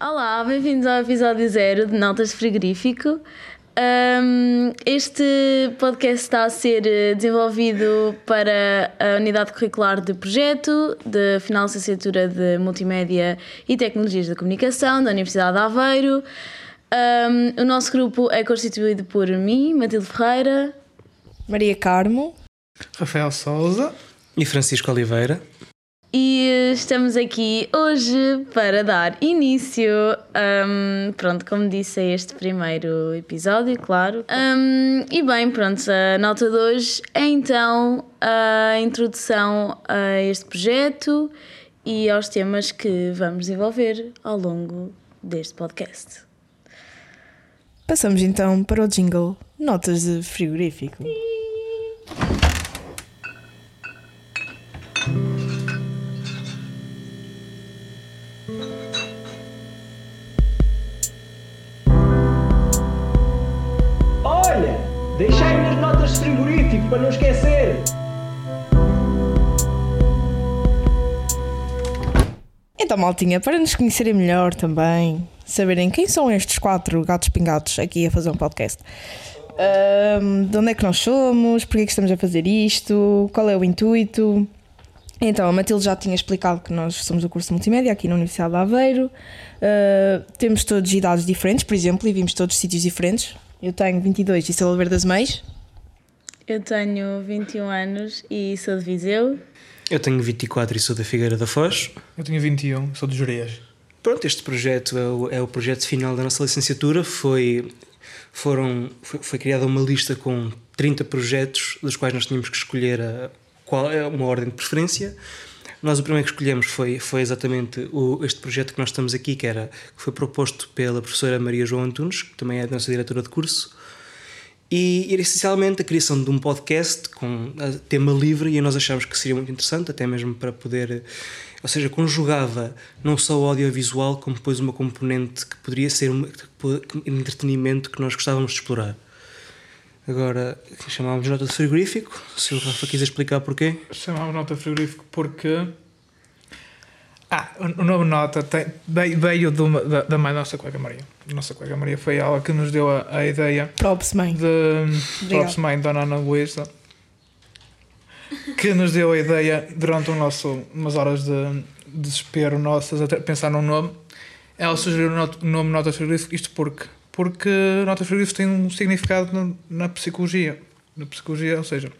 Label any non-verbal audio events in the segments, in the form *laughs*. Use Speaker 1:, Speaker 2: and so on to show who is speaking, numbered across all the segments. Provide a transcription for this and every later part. Speaker 1: Olá, bem-vindos ao episódio zero de Notas de Frigorífico. Ahm, este podcast está a ser eh, desenvolvido para a unidade curricular de projeto da final licenciatura de Multimédia e Tecnologias da Comunicação da Universidade de Aveiro. Ahm, o nosso grupo é constituído por mim, Matilde Ferreira,
Speaker 2: Maria Carmo.
Speaker 3: Rafael Souza.
Speaker 4: E Francisco Oliveira.
Speaker 1: E estamos aqui hoje para dar início, hum, pronto, como disse, a este primeiro episódio, claro. Hum, e bem, pronto, a nota de hoje é então a introdução a este projeto e aos temas que vamos desenvolver ao longo deste podcast.
Speaker 2: Passamos então para o jingle Notas de Frigorífico.
Speaker 5: Olha, deixai nas notas de frigorífico para não esquecer.
Speaker 2: Então, maltinha, para nos conhecerem melhor também, saberem quem são estes quatro gatos pingados aqui a fazer um podcast. Ahm, de onde é que nós somos? Porquê é que estamos a fazer isto? Qual é o intuito? Então, a Matilde já tinha explicado que nós somos do curso de multimédia aqui na Universidade de Aveiro. Ah, temos todos idades diferentes, por exemplo, e vimos todos sítios diferentes. Eu tenho 22 e sou de das Meias.
Speaker 1: Eu tenho 21 anos e sou de Viseu.
Speaker 4: Eu tenho 24 e sou da Figueira da Foz.
Speaker 3: Eu tenho 21, sou de Jurez.
Speaker 4: Pronto, este projeto é o, é o projeto final da nossa licenciatura. Foi, foram, foi, foi criada uma lista com 30 projetos, dos quais nós tínhamos que escolher a, qual é uma ordem de preferência. Nós o primeiro que escolhemos foi, foi exatamente o, este projeto que nós estamos aqui, que, era, que foi proposto pela professora Maria João Antunes, que também é a nossa diretora de curso. E era essencialmente a criação de um podcast com ah, tema livre e nós achámos que seria muito interessante, até mesmo para poder. eh, Ou seja, conjugava não só o audiovisual, como depois uma componente que poderia ser um, que po- que- um entretenimento que nós gostávamos de explorar. Agora, chamámos nota de frigorífico. Se o Rafa quiser explicar porquê.
Speaker 3: Chamámos nota frigorífico porque. Ah, o o nome nota tem, veio veio de uma- da, da mãe da nossa colega Maria. A nossa colega Maria foi ela que nos deu a, a ideia
Speaker 2: Props, mãe.
Speaker 3: de Props Mãe, Dona Ana Luísa, que nos deu a ideia durante o nosso, umas horas de desespero nossas, até pensar num nome. Ela sugeriu o not- o nome Notas Frigorífico, isto porque? Porque Notas Frigorífico tem um significado no- na psicologia. Na psicologia, ou seja,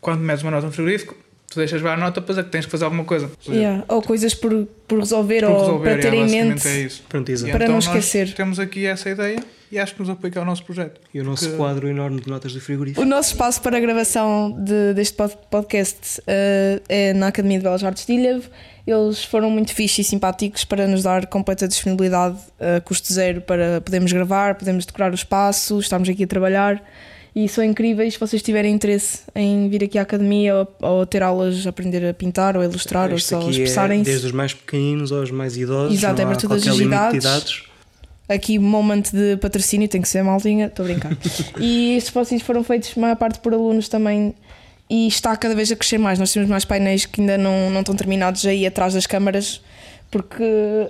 Speaker 3: quando metes uma nota no frigorífico, tu deixas lá a nota, pois é que tens que fazer alguma coisa. Por exemplo,
Speaker 2: Yeah, Ou coisas por, por resolver
Speaker 3: por
Speaker 2: ou
Speaker 3: resolver,
Speaker 2: é para
Speaker 3: é,
Speaker 2: ter em
Speaker 3: basicamente
Speaker 2: mente.
Speaker 3: é isso.
Speaker 4: Pronto,
Speaker 3: E
Speaker 4: exato.
Speaker 2: Para não
Speaker 3: nós
Speaker 2: esquecer.
Speaker 3: Temos aqui essa ideia e acho que nos aplica ao nosso projeto.
Speaker 4: E o nosso
Speaker 3: Que-
Speaker 4: quadro enorme de notas do frigorífico.
Speaker 2: O nosso espaço para a gravação de- deste pod- podcast eh, é na Academia de Belas Artes de Ilhavo. Eles foram muito fixe e simpáticos para nos dar completa disponibilidade a custo zero para podermos gravar, podermos decorar o espaço, estamos aqui a trabalhar e são incríveis. Se vocês tiverem interesse em vir aqui à Academia ou, ou ter aulas, aprender a pintar ou a ilustrar ou
Speaker 4: Este
Speaker 2: só
Speaker 4: aqui é
Speaker 2: expressarem-se.
Speaker 4: desde os mais pequeninos aos mais idosos.
Speaker 2: Exato, é
Speaker 4: não há
Speaker 2: para todas
Speaker 4: qualquer
Speaker 2: as
Speaker 4: limite de
Speaker 2: idades. aqui moment de patrocínio, tem que ser maltinha, estou a brincar. e estes patrocínios foram feitos, maior parte, por alunos também. E está cada vez a crescer mais. Nós temos mais painéis que ainda não, não estão terminados aí atrás das câmaras, porque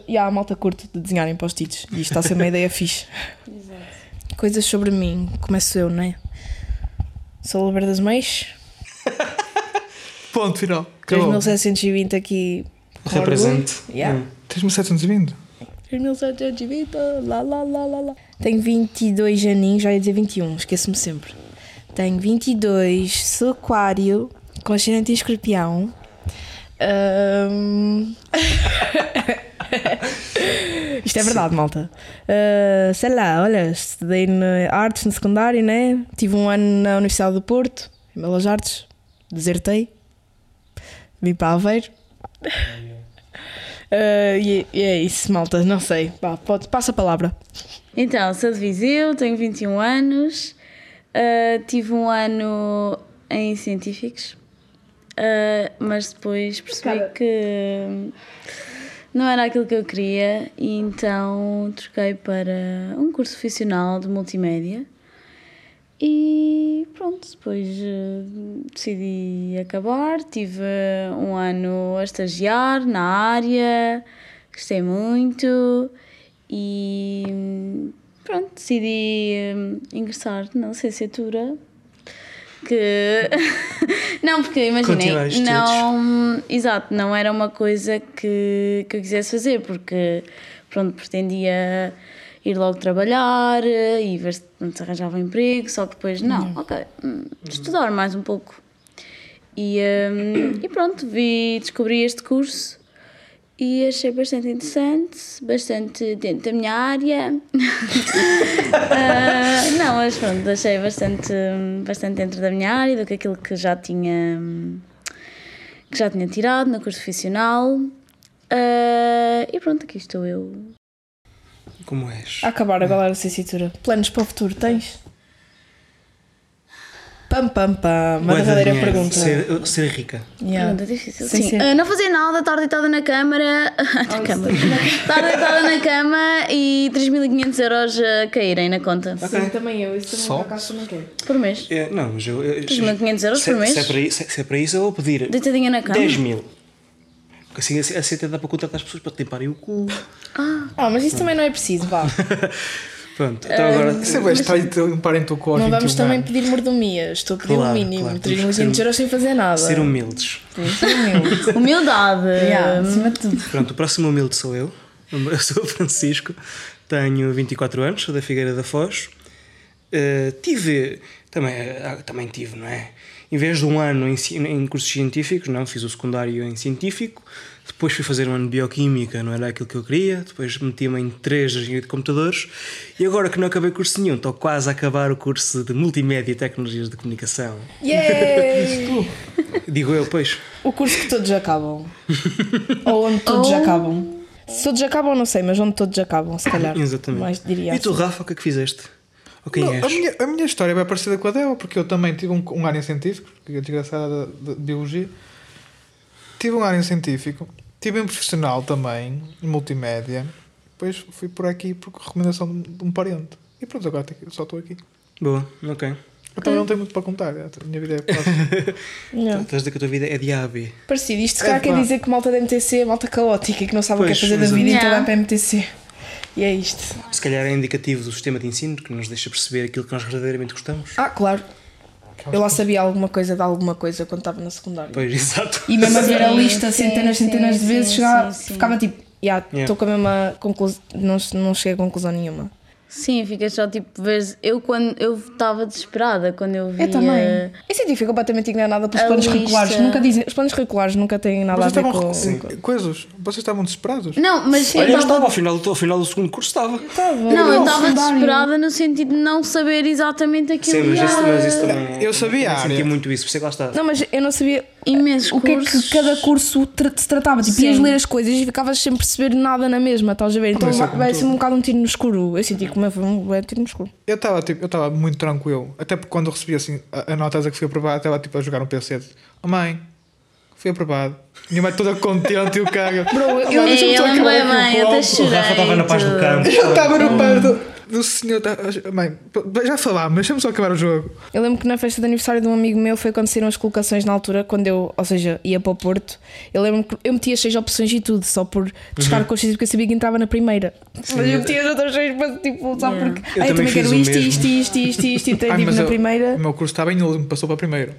Speaker 2: já há malta curta de desenhar em post-its. E isto está a ser uma ideia fixe. Coisas sobre mim, começo eu, não é? Sou Lober das Meias,
Speaker 3: Ponto final. Acabou.
Speaker 2: 3720 aqui. com
Speaker 4: Represente.
Speaker 2: orgulho. Yeah.
Speaker 4: Hum.
Speaker 3: 3720.
Speaker 2: 3720, lá, lá, lá, lá, lá. Tenho 22 aninhos, já ia dizer 21, esqueço-me sempre. Tenho 22, sou aquário, com ascendente em escorpião. Ahm. *laughs* Isto é verdade, malta. Ah, sei lá, olha, estudei na artes no secundário, né? Tive um ano na Universidade do Porto, em Belas Artes, desertei, vim para Aveiro. Ah, e, e é isso, malta, não sei. Vá, pode, passa a palavra.
Speaker 1: Então, sou de Viseu, tenho 21 anos, ah, tive um ano em científicos, ah, mas depois percebi que não era aquilo que eu queria e então troquei para um curso profissional de multimédia e pronto, depois ah, decidi acabar, tive um ano a estagiar na área, gostei muito E hum, pronto, decidi hum, ingressar na licenciatura. Que. *laughs* não, porque imaginei.
Speaker 4: Continuar os estudos.
Speaker 1: Não, exato, não era uma coisa que, que eu quisesse fazer, porque pronto, pretendia ir logo trabalhar eh, e ver se pronto, se arranjava um emprego, só que depois não, ok, hum, estudar mais um pouco. E, hum, e pronto, vi, descobri este curso e achei bastante interessante, bastante dentro da minha área. Ah, não, mas pronto, achei bastante, bastante dentro da minha área, do que aquilo que já tinha, hum, que já tinha tirado no curso profissional. Ah, e pronto, aqui estou eu.
Speaker 4: Como és?
Speaker 2: A acabar agora a licenciatura. Planos para o futuro tens? Pam, pam, pam. Uma
Speaker 4: Bué de
Speaker 2: verdadeira
Speaker 4: dinheiro.
Speaker 2: pergunta.
Speaker 4: Ser, ser rica.
Speaker 2: Yeah.
Speaker 1: Pergunta difícil.
Speaker 2: Sim,
Speaker 1: Sim,
Speaker 2: sim.
Speaker 1: Ah, não fazer nada, estar deitada na câmara. *laughs* Ah, na câmara. *laughs* estar deitada na cama e 3.500 euros a caírem na conta
Speaker 4: Ok.
Speaker 6: Também eu, isso também
Speaker 4: Só?
Speaker 6: por acaso não quero.
Speaker 1: por mês.
Speaker 4: É, não, mas eu. eu-
Speaker 1: 3.500 euros
Speaker 4: se-
Speaker 1: por mês?
Speaker 4: Se é, para isso, se é para isso, eu vou pedir
Speaker 1: Deitadinha na cama.
Speaker 4: 10 mil. Porque assim, assim, assim até dá para contratar as pessoas para te limparem o cu.
Speaker 2: Ah, mas isso também não é preciso,
Speaker 4: *laughs*
Speaker 2: vá.
Speaker 4: Pronto, então agora.
Speaker 3: Isso é bem estranho ter um parente com
Speaker 2: Não vamos
Speaker 3: 21
Speaker 2: também
Speaker 3: anos.
Speaker 2: pedir mordomia. Estou a pedir o
Speaker 4: Claro,
Speaker 2: mínimo.
Speaker 4: claro, temos que
Speaker 2: 3.500
Speaker 4: ser- um-
Speaker 2: euros sem fazer nada.
Speaker 4: Ser um- humildes.
Speaker 1: Humildade.
Speaker 6: Ah,
Speaker 2: Yeah, acima de tudo.
Speaker 4: Pronto, o próximo humilde sou eu. Eu sou o Francisco, tenho 24 anos, sou da Figueira da Foz. Eh, tive, também, ah, também tive, não é? Em vez de um ano em, ci- em cursos científicos, não, fiz o secundário em científico, depois fui fazer um ano de bioquímica, não era aquilo que eu queria, depois meti-me em três de engenharia de computadores e agora que não acabei curso nenhum, estou quase a acabar o curso de multimédia e tecnologias de
Speaker 2: *laughs*
Speaker 4: comunicação.
Speaker 2: *laughs* Yay!
Speaker 4: Digo eu, pois.
Speaker 2: o curso que todos
Speaker 4: *laughs*
Speaker 2: acabam. Ou onde todos
Speaker 6: Oh.
Speaker 2: acabam. Se todos acabam, não sei, mas onde todos acabam, se calhar.
Speaker 4: Exatamente.
Speaker 2: Mais diria. assim.
Speaker 4: E tu, Rafa, o que é que fizeste? Ou quem
Speaker 3: Não,
Speaker 4: és?
Speaker 3: a,
Speaker 2: um
Speaker 3: minha, a minha história é bem parecida com a dela, porque eu também tive um, um ano em científico, que é desgraçada de, de biologia. Tive um ano em científico, tive um profissional também, em multimédia. Depois fui por aqui por recomendação de um- de um parente. E pronto, agora tenho- só estou aqui.
Speaker 4: Boa, ok.
Speaker 3: Eu
Speaker 2: Ah.
Speaker 3: também não tenho muito para contar, a minha vida
Speaker 2: *laughs*
Speaker 3: é quase-
Speaker 2: Não.
Speaker 4: Estás a dizer que a tua vida é de AB.
Speaker 2: Parecido. Isto, se calhar, quer
Speaker 3: Epá.
Speaker 2: dizer que malta da MTC é malta caótica e que não sabe o
Speaker 4: É Pois,
Speaker 2: que é fazer da
Speaker 4: exato.
Speaker 2: vida, então
Speaker 1: Yeah.
Speaker 2: vai para a MTC. E é isto.
Speaker 4: Se calhar é indicativo do sistema de ensino que nos deixa perceber aquilo que nós verdadeiramente gostamos.
Speaker 2: Ah, claro. Eu lá sabia alguma coisa de alguma coisa quando estava na secundária.
Speaker 4: Pois, *laughs* exato.
Speaker 2: E mesmo a ver a
Speaker 1: Sim,
Speaker 2: lista
Speaker 1: sim,
Speaker 2: centenas,
Speaker 1: sim,
Speaker 2: centenas de
Speaker 1: sim,
Speaker 2: vezes,
Speaker 1: sim,
Speaker 2: chegava,
Speaker 1: sim.
Speaker 2: ficava tipo, já, estou
Speaker 4: Yeah.
Speaker 2: com a mesma conclusão, não, não cheguei a conclusão nenhuma.
Speaker 1: Sim, fica só tipo, vês. Eu quando eu estava desesperada quando eu vi.
Speaker 2: Eu também.
Speaker 1: eh,
Speaker 2: Eu senti, fico tipo, completamente enganada pelos
Speaker 1: a
Speaker 2: planos
Speaker 1: lista.
Speaker 2: regulares. Nunca dizem, os planos regulares nunca têm nada
Speaker 3: Vocês
Speaker 2: a ver
Speaker 3: estavam
Speaker 2: com.
Speaker 3: rec-
Speaker 2: com-
Speaker 3: coisas? Vocês estavam desesperados?
Speaker 1: Não, mas
Speaker 4: Olha,
Speaker 1: eu
Speaker 4: eu
Speaker 1: estava.
Speaker 4: estava ao final, do- ao final do segundo curso, estava.
Speaker 2: Então,
Speaker 1: Não, eu estava desesperada no sentido de não saber exatamente aquilo
Speaker 4: Sim, mas
Speaker 1: que
Speaker 4: isso,
Speaker 1: era
Speaker 4: mas isso também.
Speaker 3: Eu sabia a
Speaker 4: Eu senti
Speaker 3: área.
Speaker 4: muito isso, por isso é que lá está.
Speaker 2: Não, mas eu não sabia
Speaker 1: imensos
Speaker 2: o que é que
Speaker 1: cursos.
Speaker 2: cada curso tra- se tratava. Tipo, ias
Speaker 1: Sim.
Speaker 2: ler as coisas e ficavas sem perceber nada na mesma, estás a ver? Então
Speaker 3: Mas isso é como
Speaker 2: vai
Speaker 3: tudo.
Speaker 2: ser um bocado um tiro no escuro. Eu senti que o meu foi um bom tiro no escuro.
Speaker 3: Eu estava tipo, eu estava muito tranquilo. Até porque quando eu recebi assim, a, a nota a dizer que fui aprovado, estava tipo a jogar no PC. Oh mãe, fui aprovado. Minha mãe toda contente e o *laughs* cara.
Speaker 2: Bro, eu-
Speaker 3: "Ah,
Speaker 2: eu-
Speaker 3: mãe,
Speaker 1: É,
Speaker 3: deixa-me só
Speaker 1: ele não
Speaker 3: acabar
Speaker 1: vai
Speaker 3: aqui o
Speaker 2: um
Speaker 1: bem, eu
Speaker 3: copo."
Speaker 1: até chorei.
Speaker 4: Rafa estava na paz do
Speaker 1: tudo.
Speaker 4: campo.
Speaker 3: Eu estava no pé do, do senhor. tá- Mãe, já falámos, deixa-me só acabar o jogo.
Speaker 2: Eu lembro que na festa de aniversário de um amigo meu foi quando saíram as colocações na altura, quando eu, ou seja, ia para o Porto. Eu lembro que eu metia as seis opções e tudo, só por testar consciência, porque eu sabia que entrava na primeira. mas eu metia as outras seis para tipo, só porque.
Speaker 4: Eu
Speaker 2: "Ai,
Speaker 4: também fiz
Speaker 2: quero
Speaker 4: o
Speaker 2: isto,
Speaker 4: mesmo."
Speaker 2: isto, isto, isto, isto, e entrei
Speaker 3: Ai,
Speaker 2: tipo
Speaker 3: mas
Speaker 2: na
Speaker 3: eu-
Speaker 2: primeira.
Speaker 3: O meu curso estava em último, passou para primeiro.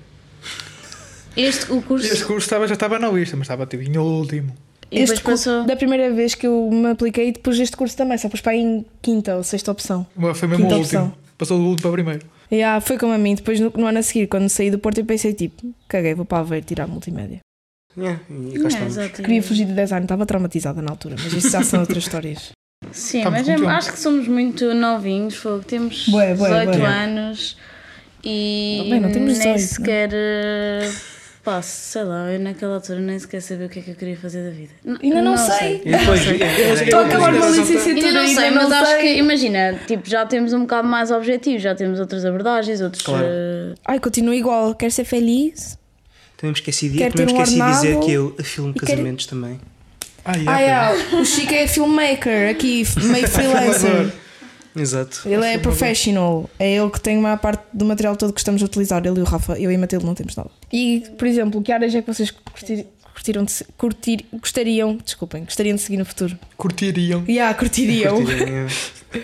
Speaker 1: Este, o curso.
Speaker 3: Este curso estava, já estava na lista, mas estava tipo em último.
Speaker 1: e depois
Speaker 2: Este curso,
Speaker 1: passou.
Speaker 2: da primeira vez que eu me apliquei, depois este curso também, só pus para aí em quinta ou sexta opção.
Speaker 3: O meu Foi mesmo
Speaker 2: Quinta
Speaker 3: o último.
Speaker 2: opção.
Speaker 3: Passou do último para primeiro.
Speaker 2: Yeah, foi como a mim, depois no, no ano a seguir, quando saí do Porto, eu pensei tipo, caguei, vou para a ver tirar multimédia.
Speaker 4: *laughs* Yeah, e cá
Speaker 1: Não,
Speaker 4: estamos.
Speaker 1: exato.
Speaker 2: Queria fugir de design, estava traumatizada na altura, mas isso já são outras histórias.
Speaker 4: Tá
Speaker 1: Sim,
Speaker 3: Estamos
Speaker 1: mas é-
Speaker 3: com tempo.
Speaker 1: acho que somos muito novinhos, fogo. Temos
Speaker 2: Bué, bué,
Speaker 1: 18
Speaker 2: bué.
Speaker 1: anos e
Speaker 2: Não, bem, não temos
Speaker 1: nem
Speaker 2: 18, não. é?
Speaker 1: sequer. eh, Pá, sei lá, eu naquela altura nem sequer sabia o que é que eu queria fazer da vida. N-
Speaker 2: *laughs* Ainda não sei.
Speaker 4: E depois. é,
Speaker 2: Estou a acabar com a
Speaker 1: Ainda
Speaker 2: licenciatura
Speaker 1: não sei,
Speaker 2: ainda
Speaker 1: mas
Speaker 2: não
Speaker 1: acho
Speaker 2: sei.
Speaker 1: que, imagina, tipo, já temos um bocado mais objetivos, já temos outras abordagens, outros.
Speaker 4: Claro.
Speaker 1: eh,
Speaker 2: Ai, continuo igual. Quero ser feliz.
Speaker 4: Também me esqueci de
Speaker 2: Quero
Speaker 4: também me
Speaker 2: ter um
Speaker 4: esqueci de dizer
Speaker 2: ordenado
Speaker 4: que eu filmo
Speaker 2: e quero-
Speaker 4: casamentos também.
Speaker 3: Ah,
Speaker 2: Ah,
Speaker 3: yeah,
Speaker 2: é. O Chico é filmmaker aqui,
Speaker 1: *laughs*
Speaker 2: f- meio freelancer.
Speaker 4: Exato.
Speaker 2: Ele é professional. É ele que tem a maior parte do material todo que estamos a utilizar. Ele e o Rafa. Eu e a Matilde não temos nada. E, por exemplo, que áreas é que vocês curti- curtiram de se- curtir, gostariam, desculpem, gostariam de seguir no futuro.
Speaker 3: Curtiriam.
Speaker 2: E yeah, *laughs* curtiriam.
Speaker 4: Curtiria, é.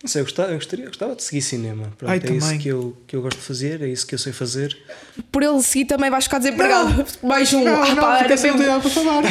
Speaker 4: Não sei, eu gostava, eu gostaria- eu gostava de seguir cinema. Pronto,
Speaker 3: Ai,
Speaker 4: é isso
Speaker 3: também.
Speaker 4: que eu, que eu gosto de fazer, é isso que eu sei fazer.
Speaker 2: Por ele seguir também vais ficar desempregado. *laughs* Mais um.
Speaker 3: Não,
Speaker 2: Ah,
Speaker 3: não,
Speaker 2: pá,
Speaker 3: fica
Speaker 2: era
Speaker 3: sem
Speaker 2: mesmo-
Speaker 3: ideia
Speaker 2: *laughs*
Speaker 3: para falar.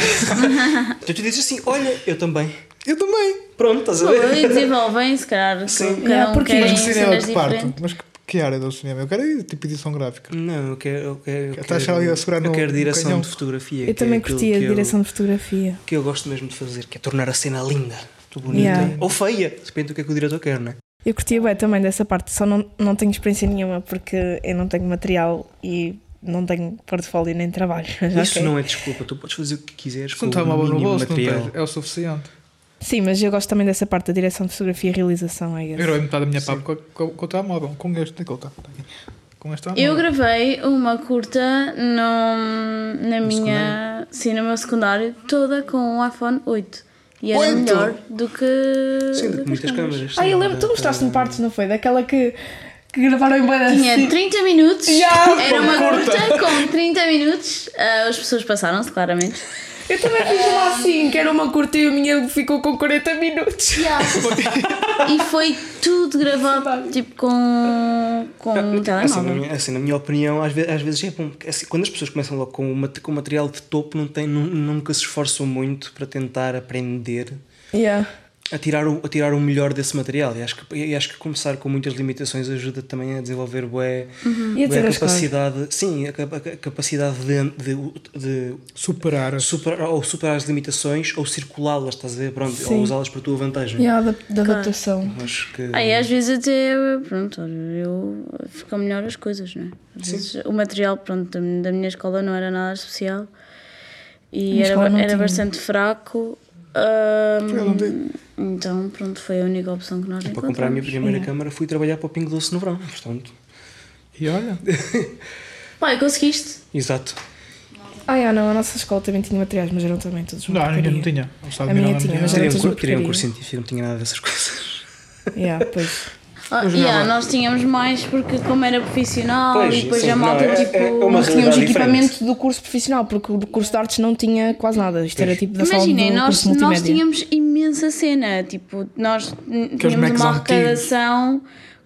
Speaker 4: Então tu dizes assim: olha, eu também.
Speaker 3: Eu também.
Speaker 4: Pronto, estás a
Speaker 2: é
Speaker 4: ver?
Speaker 1: E desenvolvem, se calhar.
Speaker 4: Sim.
Speaker 1: cada
Speaker 2: Yeah,
Speaker 1: um
Speaker 2: porque-
Speaker 1: quer
Speaker 3: Mas
Speaker 1: em
Speaker 3: que cinema
Speaker 1: cenas
Speaker 3: que parte?
Speaker 1: diferentes.
Speaker 3: Mas que, que área do cinema? Eu quero ir tipo edição gráfica.
Speaker 4: Não, eu quero. Eu quero, eu
Speaker 3: Estás
Speaker 4: quero-
Speaker 3: só ali a segurar
Speaker 4: eu
Speaker 3: no-
Speaker 4: quero
Speaker 3: no
Speaker 4: direção
Speaker 3: canhão.
Speaker 4: de fotografia. que
Speaker 2: Eu também
Speaker 4: é aquilo
Speaker 2: curtia a
Speaker 4: que eu-
Speaker 2: direção de fotografia.
Speaker 4: que eu gosto mesmo de fazer, que é tornar a cena linda, tudo bonita.
Speaker 2: Yeah.
Speaker 4: Ou feia, depende do que é que o diretor quer, não é?
Speaker 2: Eu curtia bem também dessa parte, só não, não tenho experiência nenhuma porque eu não tenho material e não tenho portfólio nem trabalho. mas
Speaker 4: Isso
Speaker 2: ok.
Speaker 4: não é desculpa, tu podes fazer o que quiseres
Speaker 3: Se
Speaker 4: com
Speaker 3: não está uma
Speaker 4: o
Speaker 3: bola no
Speaker 4: mínimo
Speaker 3: bolso, não
Speaker 4: material.
Speaker 3: tens. É o suficiente.
Speaker 2: Sim, mas eu gosto também dessa parte da direção de fotografia e realização, I
Speaker 3: Eu
Speaker 2: guess.
Speaker 3: gravei metade da minha papo com, com, com o telemóvel. Com este, daquele tá. tá aqui. Com este telemóvel.
Speaker 1: Eu gravei uma curta no, na minha. Sim, no meu secundário, toda com um iPhone 8. E era
Speaker 3: Oito?
Speaker 1: melhor do que.
Speaker 4: Sim,
Speaker 1: do
Speaker 4: de
Speaker 1: que
Speaker 4: muitas
Speaker 1: as
Speaker 4: câmaras.
Speaker 2: Ah,
Speaker 4: sim,
Speaker 2: eu lembro, tu
Speaker 4: para-
Speaker 2: mostraste-me partes, não foi? Daquela que, que gravaram em assim. banana.
Speaker 1: Tinha 30 minutos.
Speaker 2: Já,
Speaker 1: era uma curta com 30 minutos. Ah, as pessoas passaram-se, claramente.
Speaker 2: Eu também fiz uma assim, que era uma curta e a minha ficou com 40 minutos.
Speaker 1: E foi tudo gravado tipo com, com um
Speaker 4: Assim, na
Speaker 2: é?
Speaker 1: telemóvel.
Speaker 4: minha, assim, na minha opinião, às vezes, às vezes é bom. porque, assim, quando as pessoas começam logo com o, mate- com o material de topo, não tem, nu- nunca se esforçam muito para tentar aprender
Speaker 2: Yeah.
Speaker 4: a tirar o, a tirar o melhor desse material. E acho, que, e acho que começar com muitas limitações ajuda também a desenvolver bué,
Speaker 2: E a
Speaker 4: bué
Speaker 2: ter
Speaker 4: a
Speaker 2: Uhum. as coisas.
Speaker 4: capacidade, sim, a, capa- a capacidade de- de- de
Speaker 3: Superar.
Speaker 4: superar, ou superar as limitações ou circulá-las, estás a ver? Pronto, ou
Speaker 2: Sim.
Speaker 4: usá-las para a tua vantagem.
Speaker 2: Yeah, da, da adaptação.
Speaker 4: Acho que.
Speaker 1: Aí às vezes até, pronto, olha, eu ficam melhor as coisas, não é? Às vezes o material, pronto, da, da minha escola não era nada especial e
Speaker 2: Minha
Speaker 1: era,
Speaker 2: escola não
Speaker 1: ba- era
Speaker 2: tinha.
Speaker 1: bastante fraco. ahm,
Speaker 3: Foi onde eu-
Speaker 1: então, pronto, foi a única opção que nós
Speaker 4: É para comprar a minha
Speaker 1: encontramos.
Speaker 4: primeira câmara fui trabalhar para o Pingo Doce no verão, portanto.
Speaker 3: E olha.
Speaker 1: Pai, conseguiste?
Speaker 4: Exato.
Speaker 2: Ah, yeah, não, a nossa escola também tinha materiais, mas eram também todos uma
Speaker 3: Não, ninguém não
Speaker 2: porcaria.
Speaker 3: tinha. O Estado
Speaker 2: A
Speaker 3: de
Speaker 2: minha
Speaker 3: Miranda não
Speaker 2: tinha, mas
Speaker 4: Teria
Speaker 2: era
Speaker 4: um,
Speaker 2: tudo
Speaker 4: cur- teria um
Speaker 2: porcaria.
Speaker 4: curso científico, não tinha nada dessas coisas.
Speaker 2: Yeah, pois.
Speaker 1: Ah,
Speaker 3: Eu
Speaker 1: yeah,
Speaker 3: jogava.
Speaker 1: nós tínhamos mais porque como era profissional
Speaker 4: Pois,
Speaker 1: e depois
Speaker 4: sim,
Speaker 1: a
Speaker 4: não,
Speaker 1: malta
Speaker 4: é-
Speaker 1: tipo.
Speaker 4: é
Speaker 2: *laughs*
Speaker 4: uma
Speaker 2: Nós tínhamos
Speaker 4: realidade
Speaker 2: equipamento
Speaker 4: diferente.
Speaker 2: do curso profissional, porque o curso de artes não tinha quase nada. Isto era tipo da sala do
Speaker 1: Imaginem, nós,
Speaker 2: curso
Speaker 1: nós
Speaker 2: multimédia.
Speaker 1: tínhamos imensa cena, tipo, nós n- tínhamos
Speaker 3: Macs
Speaker 1: uma
Speaker 3: antigos.
Speaker 1: arrecadação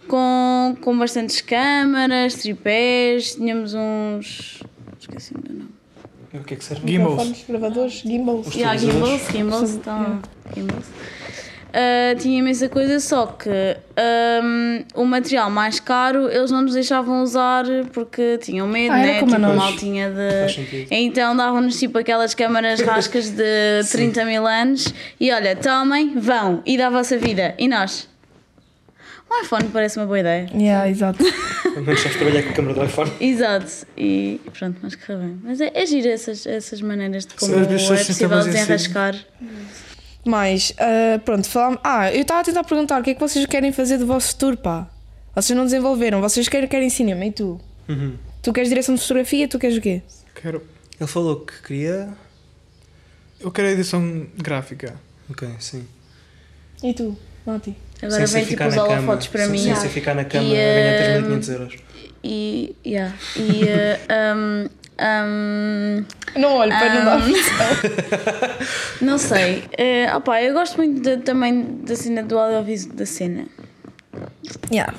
Speaker 1: com, com bastantes câmaras, tripés, tínhamos uns. esqueci do nome.
Speaker 4: O que é que serve?
Speaker 3: Gimbals.
Speaker 2: Microfones, gravadores, gimbals.
Speaker 1: Yeah,
Speaker 4: televisores.
Speaker 1: gimbals, gimbals, então, gimbals. Ah, tinha imensa coisa, só que ahm, o material mais caro eles não nos deixavam usar porque tinham medo,
Speaker 2: Ah, era
Speaker 1: né?
Speaker 2: como a
Speaker 1: tipo,
Speaker 2: nós.
Speaker 1: mal tinha
Speaker 4: Faz
Speaker 1: de.
Speaker 4: sentido.
Speaker 1: Então davam-nos tipo aquelas câmaras rascas de 30 mil anos e olha, tomem, vão e dá a vossa vida. E nós? Um iPhone parece uma boa ideia.
Speaker 2: Yeah, exato.
Speaker 4: Pelo menos sabes trabalhar com a câmara do iPhone.
Speaker 1: Exato, e pronto, mas correu bem. Mas é, é giro essas, essas maneiras de como
Speaker 3: Às
Speaker 1: é
Speaker 3: vezes são
Speaker 1: possível
Speaker 3: sistemas em si.
Speaker 1: desenrascar.
Speaker 2: Mas, ah, pronto, falámos. Ah, eu estava a tentar perguntar o que é que vocês querem fazer do vosso futuro, pá. Vocês não desenvolveram, vocês querem, querem cinema e tu?
Speaker 1: Uhum.
Speaker 2: Tu queres direção de fotografia, tu queres o quê?
Speaker 4: é-
Speaker 3: Quero.
Speaker 4: Ele falou que queria.
Speaker 3: Eu quero a edição gráfica.
Speaker 4: Ok, sim.
Speaker 2: E tu, Mati?
Speaker 1: Agora
Speaker 4: sem
Speaker 1: vem
Speaker 4: ser
Speaker 1: tipo
Speaker 4: ficar
Speaker 1: os
Speaker 4: na cama.
Speaker 1: holofotes para
Speaker 4: Sim,
Speaker 1: mim.
Speaker 4: Sem
Speaker 1: Ah.
Speaker 4: ser ficar na cama a
Speaker 1: E,
Speaker 4: ganhar
Speaker 1: hum,
Speaker 4: 3.500 euros.
Speaker 1: E, yeah. e *laughs* eh, um, um,
Speaker 2: Não olho, para não dar.
Speaker 1: não sei. Eh, opá, eu gosto muito de- também da cena do audiovisual da cena. *laughs*
Speaker 2: Yeah.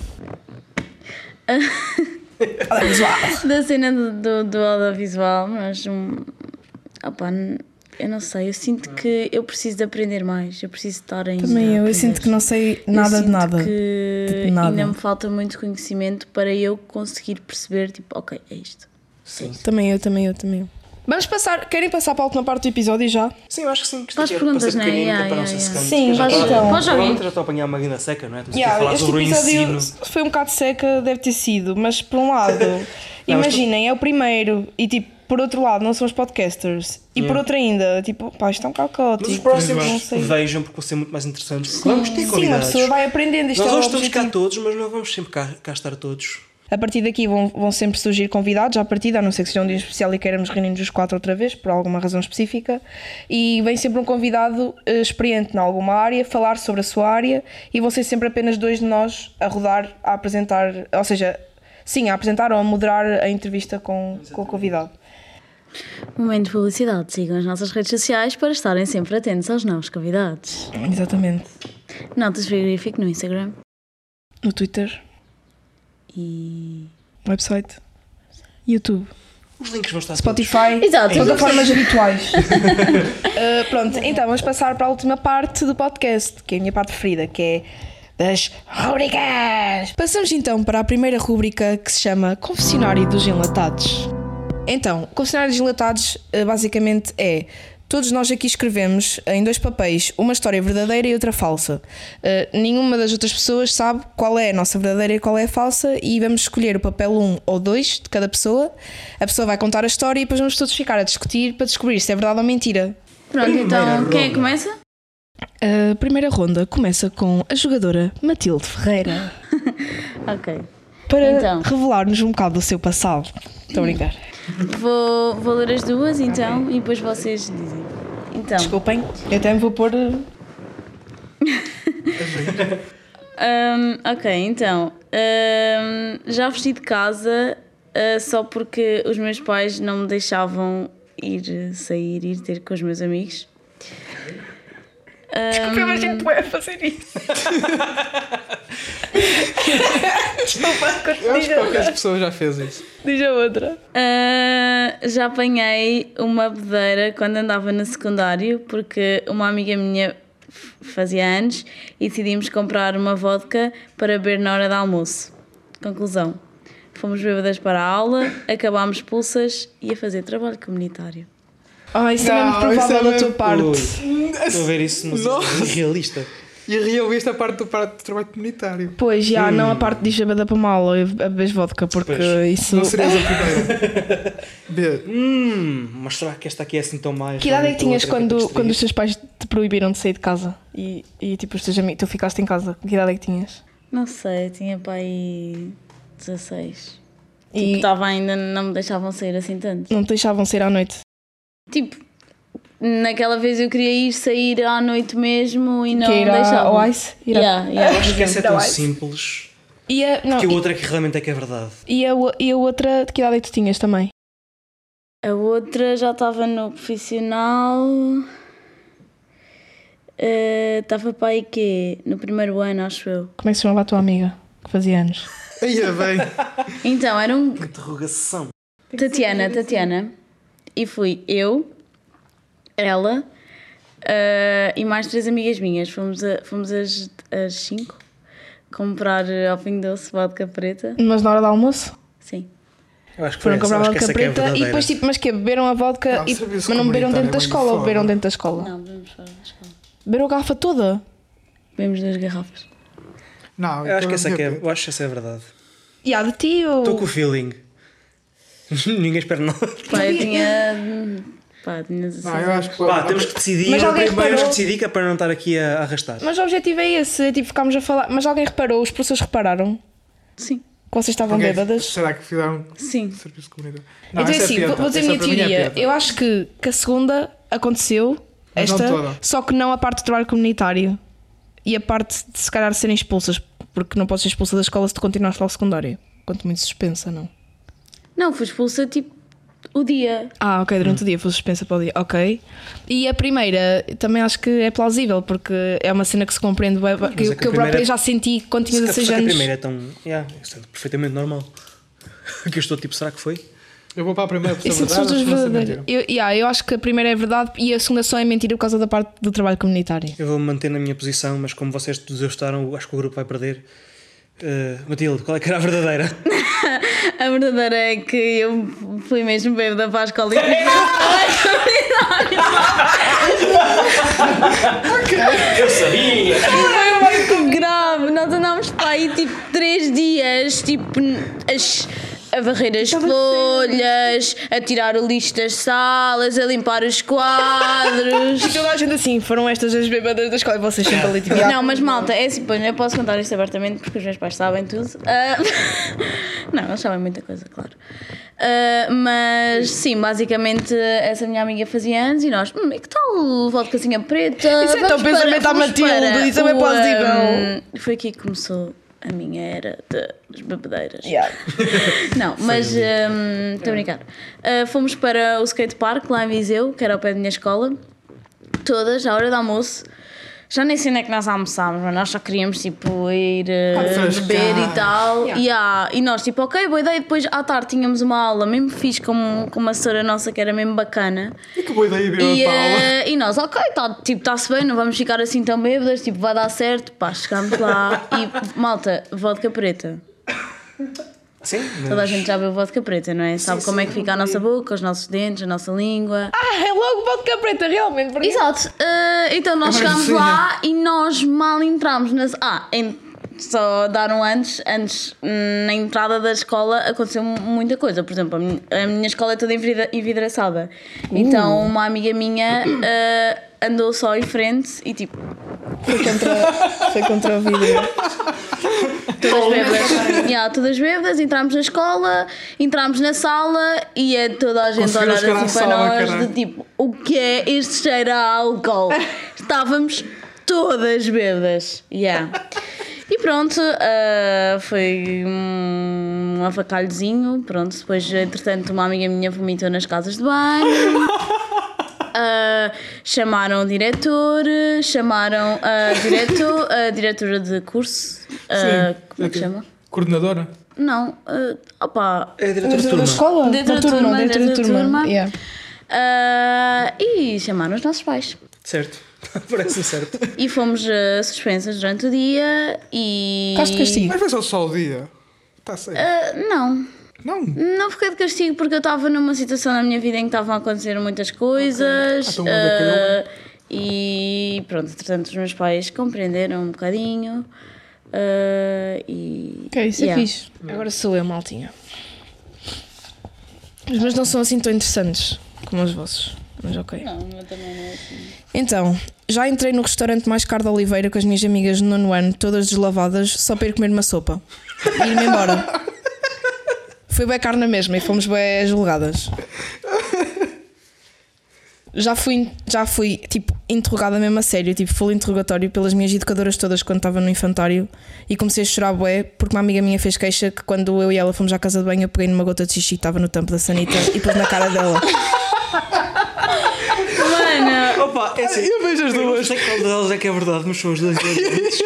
Speaker 2: Olha, visual.
Speaker 1: Da cena do, do, do audiovisual, mas um, opá, n- eu não sei. Eu sinto que eu preciso de aprender mais. Eu preciso estar ainda.
Speaker 2: Também eu,
Speaker 1: a
Speaker 2: eu sinto que não sei nada
Speaker 1: é eu
Speaker 2: de
Speaker 1: sinto
Speaker 2: nada.
Speaker 1: Que
Speaker 2: Tipo, nada.
Speaker 1: ainda me falta muito conhecimento para eu conseguir perceber, tipo, ok, é isto.
Speaker 4: Sim.
Speaker 2: Também eu, também eu, também eu. Vamos passar, querem passar para a última parte do episódio já?
Speaker 4: Sim, eu acho que sim. Que
Speaker 1: Faz
Speaker 4: isto é
Speaker 1: perguntas,
Speaker 4: para ser
Speaker 1: não é?
Speaker 4: pequenino, que é
Speaker 1: Yeah,
Speaker 4: para não
Speaker 1: yeah,
Speaker 4: ser
Speaker 1: yeah.
Speaker 4: secante.
Speaker 2: Sim,
Speaker 4: Já
Speaker 2: faz
Speaker 4: estou-
Speaker 2: então.
Speaker 1: Faz
Speaker 4: provavelmente
Speaker 1: alguém.
Speaker 4: Já estou a apanhar uma grande seca, não é? Estamos
Speaker 2: Yeah,
Speaker 4: aqui a falar
Speaker 2: este
Speaker 4: sobre o
Speaker 2: episódio
Speaker 4: ensino.
Speaker 2: foi um bocado seca, deve ter sido, mas por um lado, imaginem, é o primeiro, e tipo, por outro lado, não somos podcasters, e por outro ainda, tipo, pá, isto é um bocado
Speaker 4: Mas os
Speaker 2: caótico. não
Speaker 4: próximos
Speaker 2: sei.
Speaker 4: vejam porque vão ser muito mais interessantes. Vamos ter
Speaker 2: Sim, uma
Speaker 4: convidados.
Speaker 2: pessoa vai aprendendo, isto
Speaker 4: Nós
Speaker 2: é o
Speaker 4: hoje estamos cá
Speaker 2: objetivo.
Speaker 4: todos, mas não vamos sempre cá, cá estar todos.
Speaker 2: A partir daqui vão, vão sempre surgir convidados à partida, a não ser que seja um dia especial e queiramos reunir-nos os quatro outra vez, por alguma razão específica. E vem sempre um convidado eh, experiente em alguma área, falar sobre a sua área, e vão ser sempre apenas dois de nós a rodar, a apresentar, ou seja, sim, a apresentar ou a moderar a entrevista com, com o convidado.
Speaker 1: Momento de publicidade. Sigam as nossas redes sociais para estarem sempre atentos aos novos convidados.
Speaker 2: Exatamente.
Speaker 1: Notas frigorífico no Instagram
Speaker 2: No Twitter,
Speaker 1: e.
Speaker 2: website, YouTube,
Speaker 4: Os links vão estar
Speaker 2: Spotify,
Speaker 1: Exato.
Speaker 2: plataformas
Speaker 1: *laughs*
Speaker 2: habituais. *laughs* Uh, pronto, então vamos passar para a última parte do podcast, que é a minha parte preferida, que é das rubricas. Passamos então para a primeira rubrica que se chama Confessionário dos Enlatados. Então, Confessionário dos Enlatados uh, basicamente é. Todos nós aqui escrevemos uh, em dois papéis uma história verdadeira e outra falsa. Uh, nenhuma das outras pessoas sabe qual é a nossa verdadeira e qual é a falsa, e vamos escolher o papel um ou dois de cada pessoa. A pessoa vai contar a história e depois vamos todos ficar a discutir para descobrir se é verdade ou mentira.
Speaker 1: Pronto, então, quem é que começa?
Speaker 2: A primeira ronda começa com a jogadora Matilde Ferreira
Speaker 1: Ok.
Speaker 2: para
Speaker 1: Então.
Speaker 2: revelar-nos um bocado do seu passado. Estou a brincar.
Speaker 1: Vou, vou ler as duas então e depois vocês dizem. Então,
Speaker 2: Desculpem, eu até me vou pôr. eh,
Speaker 1: hum, ok, então. hum, já fugi de casa ah, só porque os meus pais não me deixavam ir eh, sair, ir ter com os meus amigos.
Speaker 2: Desculpem, mas é bué fazer *laughs* isso.
Speaker 3: Eu acho que qualquer pessoa já fez isso.
Speaker 2: Diz a outra.
Speaker 1: Ah, já apanhei uma bedeira quando andava no secundário, porque uma amiga minha f- fazia anos e decidimos comprar uma vodka para beber na hora do almoço. Conclusão: fomos bêbadas para a aula, acabámos pulsas e a fazer trabalho comunitário.
Speaker 2: Ah, isso também é
Speaker 3: Não,
Speaker 2: muito provável
Speaker 3: isso é
Speaker 2: da tua
Speaker 3: mesmo-
Speaker 2: parte.
Speaker 4: Estou a ver isso no
Speaker 3: Nossa.
Speaker 4: realista.
Speaker 3: E reouviste a parte do, parte do trabalho comunitário.
Speaker 2: Pois, já, não
Speaker 3: Hum.
Speaker 2: a parte de jabada para mal ou a vez vodka, porque isso.
Speaker 3: Não serias a primeira.
Speaker 4: *laughs*
Speaker 3: B.
Speaker 4: Hum, mas será que esta aqui é assim tão mais?
Speaker 2: Que idade é que
Speaker 4: Tão
Speaker 2: tinhas
Speaker 4: outra
Speaker 2: quando,
Speaker 4: que
Speaker 2: quando
Speaker 4: eu
Speaker 2: os teus pais te proibiram de sair de casa? E, e tipo, os teus amigos, tu ficaste em casa? Que idade é que tinhas?
Speaker 1: Não sei, tinha pai 16. Tipo,
Speaker 2: E
Speaker 1: estava ainda, não me deixavam sair assim tanto.
Speaker 2: não te deixavam sair à noite?
Speaker 1: Tipo, naquela vez eu queria ir sair à noite mesmo e não
Speaker 2: que
Speaker 1: me
Speaker 2: ir a-
Speaker 1: deixavam.
Speaker 2: ao Ice? Ir a-
Speaker 1: Yeah, yeah.
Speaker 4: Acho que essa é tão
Speaker 2: Não, ai.
Speaker 4: simples
Speaker 2: E a, não,
Speaker 4: que a
Speaker 2: e-
Speaker 4: outra é que realmente é que é verdade.
Speaker 2: e, a, o- e a outra, de que idade é que tu tinhas também?
Speaker 1: A outra já estava no profissional. Eh, Estava para aí quê? No primeiro ano, acho eu.
Speaker 2: Como é que se chamava a tua amiga que fazia anos?
Speaker 3: Aí é bem.
Speaker 1: Então, era um
Speaker 4: Interrogação.
Speaker 1: Tatiana, Tatiana. E fui eu, ela eh, e mais três amigas minhas. Fomos, a, fomos as, as cinco comprar eh, ao fim doce vodka preta.
Speaker 2: Mas na hora do almoço?
Speaker 1: Sim.
Speaker 4: Eu acho que foi
Speaker 2: Foram
Speaker 4: essa,
Speaker 2: comprar
Speaker 4: acho
Speaker 2: vodka
Speaker 4: que essa que é a
Speaker 2: preta e
Speaker 4: verdadeira.
Speaker 2: depois tipo, mas que beberam a vodka
Speaker 3: Não,
Speaker 2: e,
Speaker 3: serviço
Speaker 2: mas não beberam dentro da
Speaker 3: comunitário é
Speaker 2: escola
Speaker 3: muito
Speaker 2: ou beberam
Speaker 3: foda.
Speaker 2: dentro da escola?
Speaker 1: Não, bebemos fora da escola.
Speaker 2: Beberam a garrafa toda?
Speaker 1: Bebemos duas garrafas.
Speaker 3: Não,
Speaker 4: Eu acho
Speaker 3: então
Speaker 4: que essa aqui é,
Speaker 3: B.
Speaker 4: eu acho que essa é a verdade.
Speaker 2: Oh. E há de ti ou...
Speaker 4: Estou com o feeling. *laughs* Ninguém espera nada.
Speaker 1: Pá, eu tinha. Pá, tinha 16
Speaker 3: Não, Ah, eu
Speaker 1: anos.
Speaker 3: acho que.
Speaker 4: Pá, temos que decidir.
Speaker 2: Mas alguém
Speaker 4: primeiro temos
Speaker 2: reparou?
Speaker 4: que decidir que é para não estar aqui a arrastar.
Speaker 2: Mas o objetivo é esse, é, tipo, ficámos a falar... Mas alguém reparou, os professores repararam
Speaker 1: Sim.
Speaker 2: que vocês estavam
Speaker 3: Porque
Speaker 2: bêbadas?
Speaker 3: Será que fizeram
Speaker 1: Sim.
Speaker 3: serviço comunitário?
Speaker 2: Então é
Speaker 3: essa
Speaker 2: assim,
Speaker 3: piada.
Speaker 2: vou vou dizer a
Speaker 3: Essa
Speaker 2: minha
Speaker 3: para mim é
Speaker 2: teoria.
Speaker 3: piada.
Speaker 2: Eu acho que, que a segunda aconteceu,
Speaker 3: Mas não
Speaker 2: esta,
Speaker 3: toda.
Speaker 2: só que não a parte do trabalho comunitário e a parte de se calhar serem expulsas, porque não podes ser expulsa da escola se tu continuares lá o secundário. Quanto muito suspensa, não?
Speaker 1: Não, fui expulsa tipo o dia.
Speaker 2: Ah, ok, durante
Speaker 4: Hum.
Speaker 2: o dia foi suspensa para o dia, ok. E a primeira também acho que é plausível, porque é uma cena que se compreende, bué, que,
Speaker 4: mas é
Speaker 2: eu-
Speaker 4: que
Speaker 2: que
Speaker 4: a
Speaker 2: eu própria
Speaker 4: primeira-
Speaker 2: já senti quando tinha
Speaker 4: Se a-
Speaker 2: 16
Speaker 4: se a
Speaker 2: anos.
Speaker 4: primeira é tão. Yeah, isso é perfeitamente normal. *laughs* Que eu estou tipo, será que foi?
Speaker 3: Eu vou para a primeira
Speaker 4: é
Speaker 3: pessoa.
Speaker 2: Isso é são todas
Speaker 3: verdade, acho que não sei é
Speaker 2: verdadeiras.
Speaker 3: mentira.
Speaker 2: Eu, yeah, eu acho que a primeira é verdade e a segunda só é mentira por causa da parte do trabalho comunitário.
Speaker 4: Eu vou me manter na minha posição, mas como vocês desajustaram, acho que o grupo vai perder. Eh, Matilde, qual é que era a verdadeira?
Speaker 1: A verdadeira é que eu fui mesmo bêbada para a
Speaker 4: *laughs*
Speaker 1: escola e fiz trabalho comunitário.
Speaker 4: Eu sabia!
Speaker 1: Foi muito grave. Nós andámos para aí tipo três dias, tipo, as, a varrer as folhas, a tirar o lixo das salas, a limpar os *laughs* quadros.
Speaker 2: E toda a gente assim, foram estas as bêbadas da escola e vocês sempre ali tipo.
Speaker 1: Não, mas malta, é assim, pois, eu posso contar isto abertamente porque os meus pais sabem tudo. Ah, *laughs* não, eles sabem muita coisa, claro. Ah, mas sim, basicamente essa minha amiga fazia anos e nós, hum, e que tal vodcazinha preta?
Speaker 2: Isso é tão
Speaker 1: Vamos para-
Speaker 2: pensamento à
Speaker 1: vamos
Speaker 2: Matilde,
Speaker 1: para
Speaker 2: isso é bem
Speaker 1: o,
Speaker 2: plausível.
Speaker 1: hum, foi aqui que começou A minha era de- das bebedeiras.
Speaker 2: *laughs* Yeah.
Speaker 1: Não, mas hum, estou a brincar. Uh, fomos para o skate park lá em Viseu, que era ao pé da minha escola, todas, à hora do almoço. Já nem sei onde é que nós almoçámos, mas nós só queríamos tipo ir uh,
Speaker 3: Refrescar.
Speaker 1: beber e tal.
Speaker 2: Yeah.
Speaker 1: E, ah, e nós tipo, ok, boa ideia. Depois à tarde tínhamos uma aula mesmo fixe com, com uma senhora nossa que era mesmo bacana.
Speaker 6: E que boa ideia vir
Speaker 1: E,
Speaker 6: a
Speaker 2: *laughs*
Speaker 6: Paula.
Speaker 1: eh, e nós, ok, tá, tipo, está-se bem, não vamos ficar assim tão bêbadas, tipo, vai dar certo, pá, chegámos lá e malta, vodka preta.
Speaker 4: Sim,
Speaker 1: Toda a
Speaker 4: mas-
Speaker 1: gente já bebeu vodka preta, não é? Sabe como é que fica a nossa boca, os nossos dentes, a nossa língua.
Speaker 2: Ah, é logo vodka preta, realmente. porque-
Speaker 1: Exato. Eh, então nós
Speaker 3: É uma
Speaker 1: chegámos
Speaker 3: medicina.
Speaker 1: lá e nós mal entramos nas. Ah, en- só daram antes, antes hum, na entrada da escola aconteceu mu- muita coisa. Por exemplo, a minha, a minha escola é toda envida- envidraçada. Então uma amiga minha eh, andou só em frente e tipo,
Speaker 2: Foi contra, *laughs* foi contra o vídeo.
Speaker 1: todas bêbadas. *laughs* yeah, todas bêbadas, entramos na escola, entramos na sala e é toda a gente a olhar
Speaker 3: Conseguiram
Speaker 1: assim
Speaker 3: chegar à
Speaker 1: para
Speaker 3: sala,
Speaker 1: nós
Speaker 3: caralho.
Speaker 1: de tipo, o que é este cheiro a álcool?
Speaker 3: *laughs*
Speaker 1: Estávamos todas bêbadas. Yeah. E pronto, ah, foi um avacalhozinho. Pronto, depois, entretanto, uma amiga minha vomitou nas casas de banho. Ah, chamaram o diretor, chamaram a, diretor, a diretora de curso. ah,
Speaker 3: Sim.
Speaker 1: como é que chama?
Speaker 3: Coordenadora?
Speaker 1: Não, ah, opa.
Speaker 4: É a diretora de turma.
Speaker 2: escola?
Speaker 1: Dentro da turma,
Speaker 2: dentro da turma. Yeah.
Speaker 1: ah, e chamaram os nossos pais.
Speaker 4: Certo. *laughs* Parece-me certo.
Speaker 1: E fomos ah, suspensas durante o dia e.
Speaker 2: Caso de castigo.
Speaker 6: Mas foi só só o dia.
Speaker 3: Tá
Speaker 6: Está certo.
Speaker 1: Ah, não.
Speaker 6: Não.
Speaker 1: Não fiquei de castigo porque eu estava numa situação na minha vida em que estavam a acontecer muitas coisas.
Speaker 6: Ah, então manda
Speaker 1: ah, e pronto, entretanto, os meus pais compreenderam um bocadinho. ah, e.
Speaker 2: Ok, isso
Speaker 1: yeah.
Speaker 2: é fixe. Agora sou eu, maltinha. Os meus não são assim tão interessantes como os vossos. Mas ok.
Speaker 1: Não, eu também não. é assim.
Speaker 2: Então, já entrei no restaurante mais caro da Oliveira com as minhas amigas no nono ano, todas deslavadas, só para ir comer uma sopa. E ir-me embora. Foi bem caro na mesma e fomos bem julgadas. Já fui, já fui, tipo, interrogada mesmo a sério, tipo, full interrogatório pelas minhas educadoras todas quando estava no infantário e comecei a chorar bué porque uma amiga minha fez queixa que quando eu e ela fomos à casa de banho eu peguei numa gota de xixi que estava no tampo da sanita e pus na cara dela.
Speaker 1: *laughs*
Speaker 4: *laughs*
Speaker 1: Mano,
Speaker 4: Opa, é assim.
Speaker 6: Eu vejo as
Speaker 4: Eu não
Speaker 6: duas.
Speaker 4: sei qual delas é que é verdade, mas são as duas *laughs* verdades.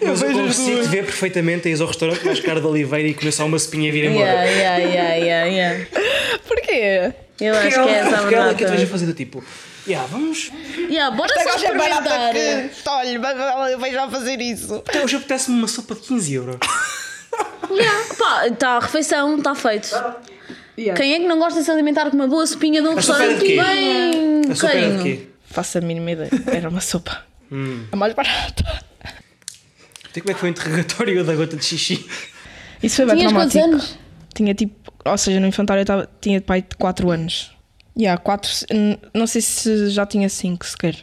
Speaker 4: Mas eu
Speaker 6: vejo as
Speaker 4: consigo
Speaker 6: duas.
Speaker 4: ver perfeitamente a ir ao restaurante mais caro de Oliveira e começar uma sopinha e vir
Speaker 1: yeah,
Speaker 4: embora.
Speaker 1: yeah, yeah, yeah, yeah.
Speaker 2: Porquê?
Speaker 1: Eu acho que é essa a
Speaker 4: Porque ela que eu te
Speaker 1: verdade.
Speaker 4: vejo a fazer do tipo, yeah, vamos.
Speaker 1: Yeah, bora só
Speaker 4: é
Speaker 1: experimentar. eh.
Speaker 2: Olha, eu vejo a fazer isso.
Speaker 4: Até hoje apetece-me uma sopa de 15 *laughs* euros.
Speaker 1: Yeah. Pá, está a refeição, está feito. Quem é que não gosta de se alimentar com uma boa sopinha de um
Speaker 4: A sopa era
Speaker 1: restaurante
Speaker 4: de quê?
Speaker 1: bem
Speaker 4: A sopa era de
Speaker 1: carinho?
Speaker 4: quê?
Speaker 2: Faço a mínima ideia. Era uma sopa. A mais barata.
Speaker 4: Então, como é que foi o interrogatório da gota de xixi?
Speaker 2: Isso foi bem
Speaker 1: Tinhas quantos
Speaker 2: traumático.
Speaker 1: anos?
Speaker 2: Tinha tipo, ou seja, no infantário eu tava, tinha pai de 4 anos. E há 4, não sei se já tinha 5 sequer.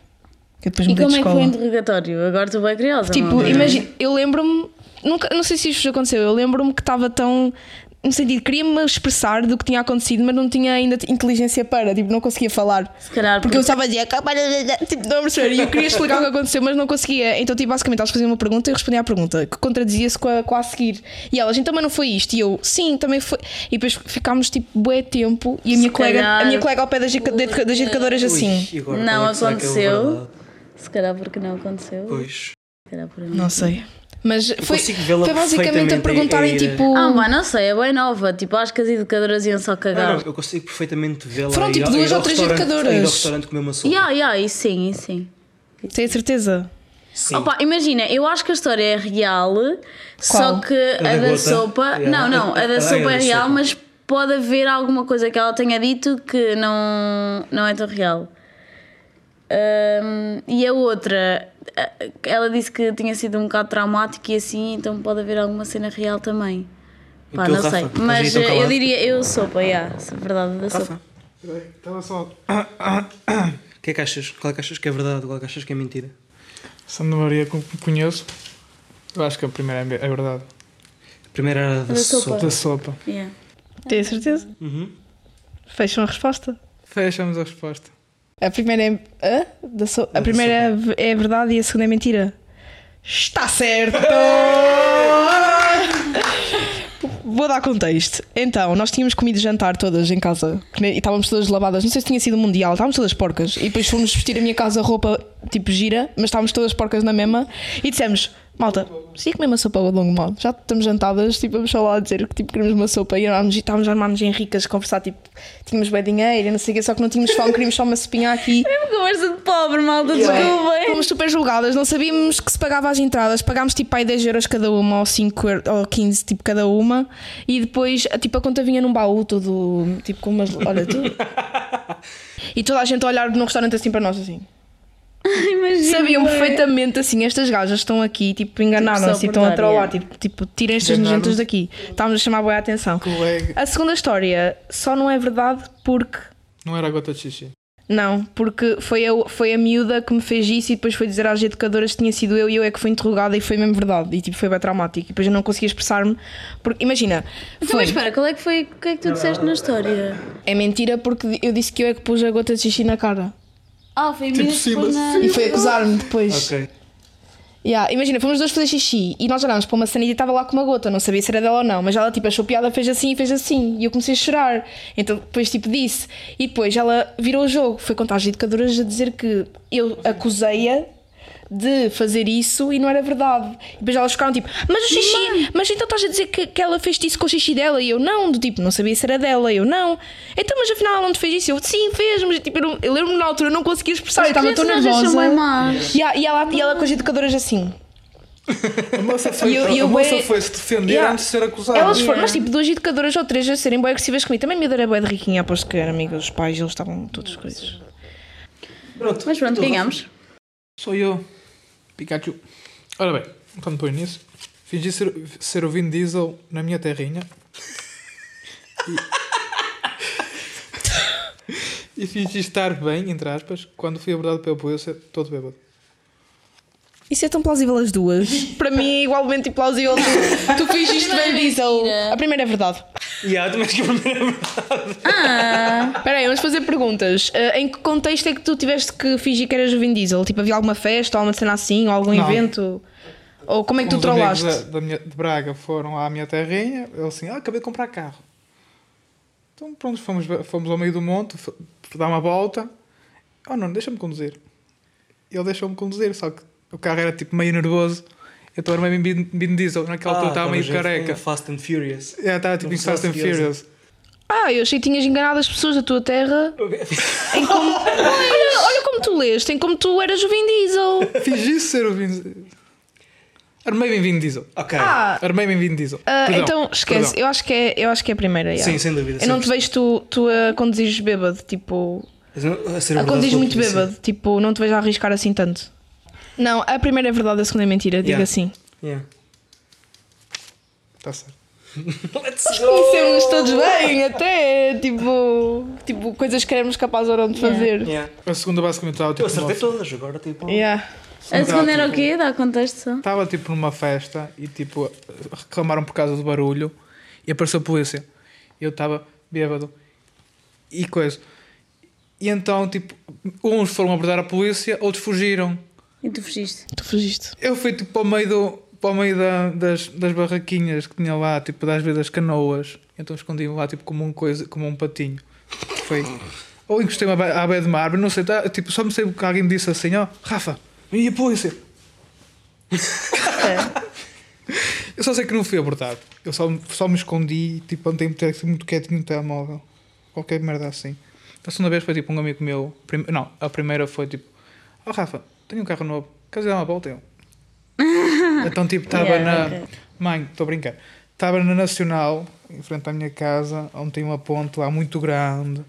Speaker 2: Que eu depois
Speaker 1: E
Speaker 2: mudei
Speaker 1: como
Speaker 2: de
Speaker 1: é que foi o
Speaker 2: escola.
Speaker 1: interrogatório? Agora estou bem curiosa.
Speaker 2: Tipo,
Speaker 1: malta.
Speaker 2: imagina, eu lembro-me, nunca, não sei se isto vos aconteceu, eu lembro-me que estava tão. No sentido, queria-me expressar do que tinha acontecido, mas não tinha ainda inteligência para, tipo, não conseguia falar.
Speaker 1: Se calhar,
Speaker 2: Porque
Speaker 1: porque
Speaker 2: eu estava a dizer, "Acaba de-" tipo, não a perceber. E eu queria explicar o que aconteceu, mas não conseguia. Então, tipo, basicamente, elas faziam uma pergunta e eu respondia à pergunta, que contradizia-se com a, com a a seguir. E elas, então, mas não foi isto? E eu, sim, também foi. E depois ficámos, tipo, bué tempo. E a minha, colega, a
Speaker 1: calhar-
Speaker 2: minha colega ao pé das, educa- das educadoras, assim.
Speaker 4: Ui, agora,
Speaker 1: Não
Speaker 4: qual é que será que é a
Speaker 1: aconteceu.
Speaker 4: verdade?
Speaker 1: se calhar porque não aconteceu.
Speaker 4: Pois.
Speaker 1: Se calhar por
Speaker 2: Não sei. Mas foi,
Speaker 4: consigo vê-la
Speaker 2: foi basicamente a
Speaker 4: perfeitamente é-
Speaker 2: perguntarem,
Speaker 4: a ir-
Speaker 2: tipo.
Speaker 1: Ah, mas não sei, é bem nova. Tipo, acho que as educadoras iam só
Speaker 4: Ah, Não,
Speaker 1: cagar.
Speaker 4: não, eu consigo perfeitamente vê-la.
Speaker 2: Foram,
Speaker 4: ir
Speaker 2: tipo,
Speaker 4: ao-
Speaker 2: duas
Speaker 4: ir ao
Speaker 2: ou três
Speaker 4: restaurante-
Speaker 2: educadoras.
Speaker 4: Ir ao restaurante comer uma sopa.
Speaker 1: Yeah, yeah, e sim, e sim.
Speaker 2: Tenho certeza.
Speaker 4: Sim.
Speaker 1: Opa, imagina, eu acho que a história é real, só que
Speaker 4: da
Speaker 1: a da
Speaker 4: gota?
Speaker 1: sopa.
Speaker 4: Yeah.
Speaker 1: Não, não, a
Speaker 4: Ah,
Speaker 1: da sopa
Speaker 4: é
Speaker 1: é
Speaker 4: da
Speaker 1: real,
Speaker 4: sopa.
Speaker 1: mas pode haver alguma coisa que ela tenha dito que não, não é tão real. Ahm, e a outra, ah, ela disse que tinha sido um bocado traumático e assim, então pode haver alguma cena real também. Pá,
Speaker 4: Então,
Speaker 1: não
Speaker 4: Rafa,
Speaker 1: sei.
Speaker 4: estás aí
Speaker 1: Mas
Speaker 4: tão
Speaker 1: eh, eu
Speaker 4: calado?
Speaker 1: diria, eu sopa, yeah, a verdade da sopa.
Speaker 4: Rafa,
Speaker 6: Estava só.
Speaker 4: o que é que achas? Qual é que achas que é verdade? Qual é que achas que é mentira?
Speaker 3: Santa Maria que eu conheço. Eu acho que a primeira é me- é verdade.
Speaker 4: A primeira era da
Speaker 1: Da sopa.
Speaker 4: sopa.
Speaker 3: Da sopa.
Speaker 1: Yeah.
Speaker 2: Tenho certeza.
Speaker 4: Uhum.
Speaker 2: Fecham a resposta.
Speaker 3: Fechamos a resposta.
Speaker 2: A primeira é. Hã? Da so- A
Speaker 4: Da
Speaker 2: é
Speaker 4: *laughs*
Speaker 2: primeira é verdade e a segunda é mentira. Está certo! vou dar contexto. Então, nós tínhamos comido jantar todas em casa que nem- e estávamos todas lavadas. Não sei se tinha sido mundial, estávamos todas porcas. E depois fomos vestir a minha casa roupa tipo gira, mas estávamos todas porcas na mesma. E dissemos: Malta, se ia comer uma sopa ao longo modo, já estamos jantadas, tipo, vamos só lá dizer que tipo, queremos uma sopa. E andámos- e estávamos armados em ricas a conversar, tipo, tínhamos bem dinheiro e não sei o quê, só que não tínhamos fome, queríamos só uma sopinha aqui.
Speaker 1: Mesmo É conversa de pobre, malta, desculpem.
Speaker 2: Fomos super julgadas, não sabíamos que se pagava as entradas. Pagámos tipo aí 10 euros cada uma, ou 5 eur- ou 15, tipo cada uma. E depois, tipo, a conta vinha num baú todo, tipo, com umas.
Speaker 1: *laughs*
Speaker 2: Olha, tudo. E toda a gente a olhar num restaurante assim para nós, assim.
Speaker 1: Imagina.
Speaker 2: Sabiam perfeitamente, assim, estas gajas estão aqui, tipo,
Speaker 1: Tipo,
Speaker 2: enganaram-se e
Speaker 1: só
Speaker 2: estão a
Speaker 1: por dar,
Speaker 2: trollar,
Speaker 1: yeah.
Speaker 2: tipo, tipo, tirem estas nojentas daqui. Estávamos a chamar boa a atenção.
Speaker 3: Colega.
Speaker 2: A segunda história só não é verdade porque
Speaker 3: Não era a gota de xixi.
Speaker 2: não, porque foi a, foi a miúda que me fez isso e depois foi dizer às educadoras que tinha sido eu e eu é que fui interrogada e foi mesmo verdade. E tipo, foi bem traumático. E depois eu não conseguia expressar-me. Porque, imagina,
Speaker 1: Então,
Speaker 2: foi.
Speaker 1: mas espera, qual é que foi, o que é que tu disseste na história?
Speaker 2: É mentira porque eu disse que eu é que pus a gota de xixi na cara.
Speaker 1: Ah, foi mesmo
Speaker 3: cima,
Speaker 1: depois na...
Speaker 2: E Tipo, foi acusar-me depois.
Speaker 4: Ok.
Speaker 2: Yeah, imagina, fomos dois fazer xixi e nós olhámos para uma sanita e estava lá com uma gota, não sabia se era dela ou não, mas ela tipo achou piada, fez assim e fez assim, e eu comecei a chorar. Então depois tipo disse, e depois ela virou o jogo, foi contar às educadoras a dizer que eu acusei-a de fazer isso e não era verdade. E depois elas ficaram tipo, mas o xixi, mas então estás a dizer que, que ela fez isso com o xixi dela e eu não, do tipo, não sabia se era dela, eu não. Então, mas afinal ela não te fez isso, eu sim, fez, mas tipo, eu, não- eu lembro-me na altura, eu não conseguia expressar, eu estava tão nervosa. E, a- e ela, e ela com as educadoras assim.
Speaker 7: A moça foi,
Speaker 2: E eu- e
Speaker 7: a
Speaker 2: eu
Speaker 7: moça
Speaker 2: bué-
Speaker 7: foi se defender
Speaker 2: Yeah.
Speaker 7: antes de ser acusada.
Speaker 2: Elas foram, mas tipo, duas educadoras ou três a serem bem agressivas comigo. Também me adorei bem de riquinha, aposto que eram amigos, os pais, eles estavam todas as coisas.
Speaker 4: Pronto.
Speaker 1: Mas pronto,
Speaker 4: Então,
Speaker 1: ganhámos.
Speaker 3: Sou eu.
Speaker 7: Pikachu.
Speaker 3: Ora bem, quando põe nisso, fingi ser, ser o Vin Diesel na minha terrinha. E, *laughs* e fingi estar bem, entre aspas, quando fui abordado pela polícia, todo bêbado.
Speaker 2: Isso é tão plausível as duas. *laughs* Para mim é igualmente plausível. Tu, tu fingiste bem diesel. A primeira é verdade.
Speaker 4: Yeah, mas que primeiro-
Speaker 1: Ah,
Speaker 2: Espera aí, vamos fazer perguntas. Ah, em que contexto é que tu tiveste que fingir que eras o Vin Diesel? Tipo, havia alguma festa ou uma cena assim, ou algum
Speaker 3: Não.
Speaker 2: evento? Ou como é que tu
Speaker 3: Uns amigos
Speaker 2: trollaste?
Speaker 3: Da, da minha, de Braga foram lá à minha terrinha, eu assim, ah, acabei de comprar carro. Então pronto, fomos, fomos ao meio do monte, f- dar uma volta. Oh não, deixa-me conduzir. Ele deixou-me conduzir, só que o carro era tipo meio nervoso. Eu estava meio Vin Vin Diesel, naquela altura estava
Speaker 4: Ah,
Speaker 3: meio
Speaker 4: estamos a ver
Speaker 3: careca.
Speaker 4: um Fast and Furious.
Speaker 3: É, estava tipo
Speaker 4: Não
Speaker 3: em Fast and
Speaker 4: furiosa.
Speaker 3: Furious.
Speaker 2: Ah, eu achei que tinhas enganado as pessoas da tua terra. Em como- olha, olha como tu leste, em como tu eras o Vin Diesel.
Speaker 3: Fingi ser o Vin Diesel. Armei-me em Vin Diesel.
Speaker 4: Ok.
Speaker 2: Ah,
Speaker 3: Armei-me em Vin Diesel.
Speaker 2: ah,
Speaker 3: Perdão,
Speaker 2: então esquece.
Speaker 3: perdão.
Speaker 2: Eu acho, que é, eu acho que é a primeira. yeah.
Speaker 4: Sim, sem dúvida.
Speaker 2: eu não te
Speaker 4: sim.
Speaker 2: vejo tu, tu a conduzires bêbado, tipo.
Speaker 4: Mas não- A, ser
Speaker 2: A
Speaker 4: verdade
Speaker 2: conduzires
Speaker 4: foi o
Speaker 2: muito
Speaker 4: que disse.
Speaker 2: bêbado, tipo, não te vejo a arriscar assim tanto. Não, a primeira é verdade, a segunda é mentira, diga
Speaker 4: Yeah.
Speaker 2: assim.
Speaker 4: Yeah.
Speaker 3: Tá certo.
Speaker 4: Let's
Speaker 2: Conhecemos-nos todos bem, até. Tipo, tipo, coisas que éramos capazes ou não de fazer. Yeah.
Speaker 4: Yeah.
Speaker 3: A segunda basicamente estava
Speaker 4: Eu
Speaker 3: tipo. numa-
Speaker 4: acertei todas, agora tipo.
Speaker 2: É. tá,
Speaker 1: a segunda era o quê? Dá contexto só.
Speaker 3: Estava tipo numa festa e tipo reclamaram por causa do barulho e apareceu a polícia. Eu estava bêbado e coisa. E então, tipo, uns foram abordar a polícia, outros fugiram.
Speaker 1: E tu fugiste.
Speaker 2: Tu fugiste.
Speaker 3: Eu fui tipo para o meio, do, para o meio da- das, das barraquinhas que tinha lá, tipo das vezes das canoas. Então escondi-me lá tipo como um, coisa, como um patinho. Foi. Ou encostei-me à be- à beira de uma árvore, não sei, tá, tipo, só me sei que alguém me disse assim, ó, Rafa, e a polícia? *laughs* Eu só sei que não fui abortado. Eu só, só me escondi e tipo, andei ter que ser muito quietinho no telemóvel. Qualquer merda assim. A segunda vez foi tipo um amigo meu. prim- Não, a primeira foi tipo: Oh Rafa, tenho um carro novo, queres ir dar uma volta? Eu. então tipo, estava
Speaker 1: Yeah,
Speaker 3: na. Mãe, estou a brincar. Estava na Nacional, em frente à minha casa, onde tem uma ponte lá muito grande.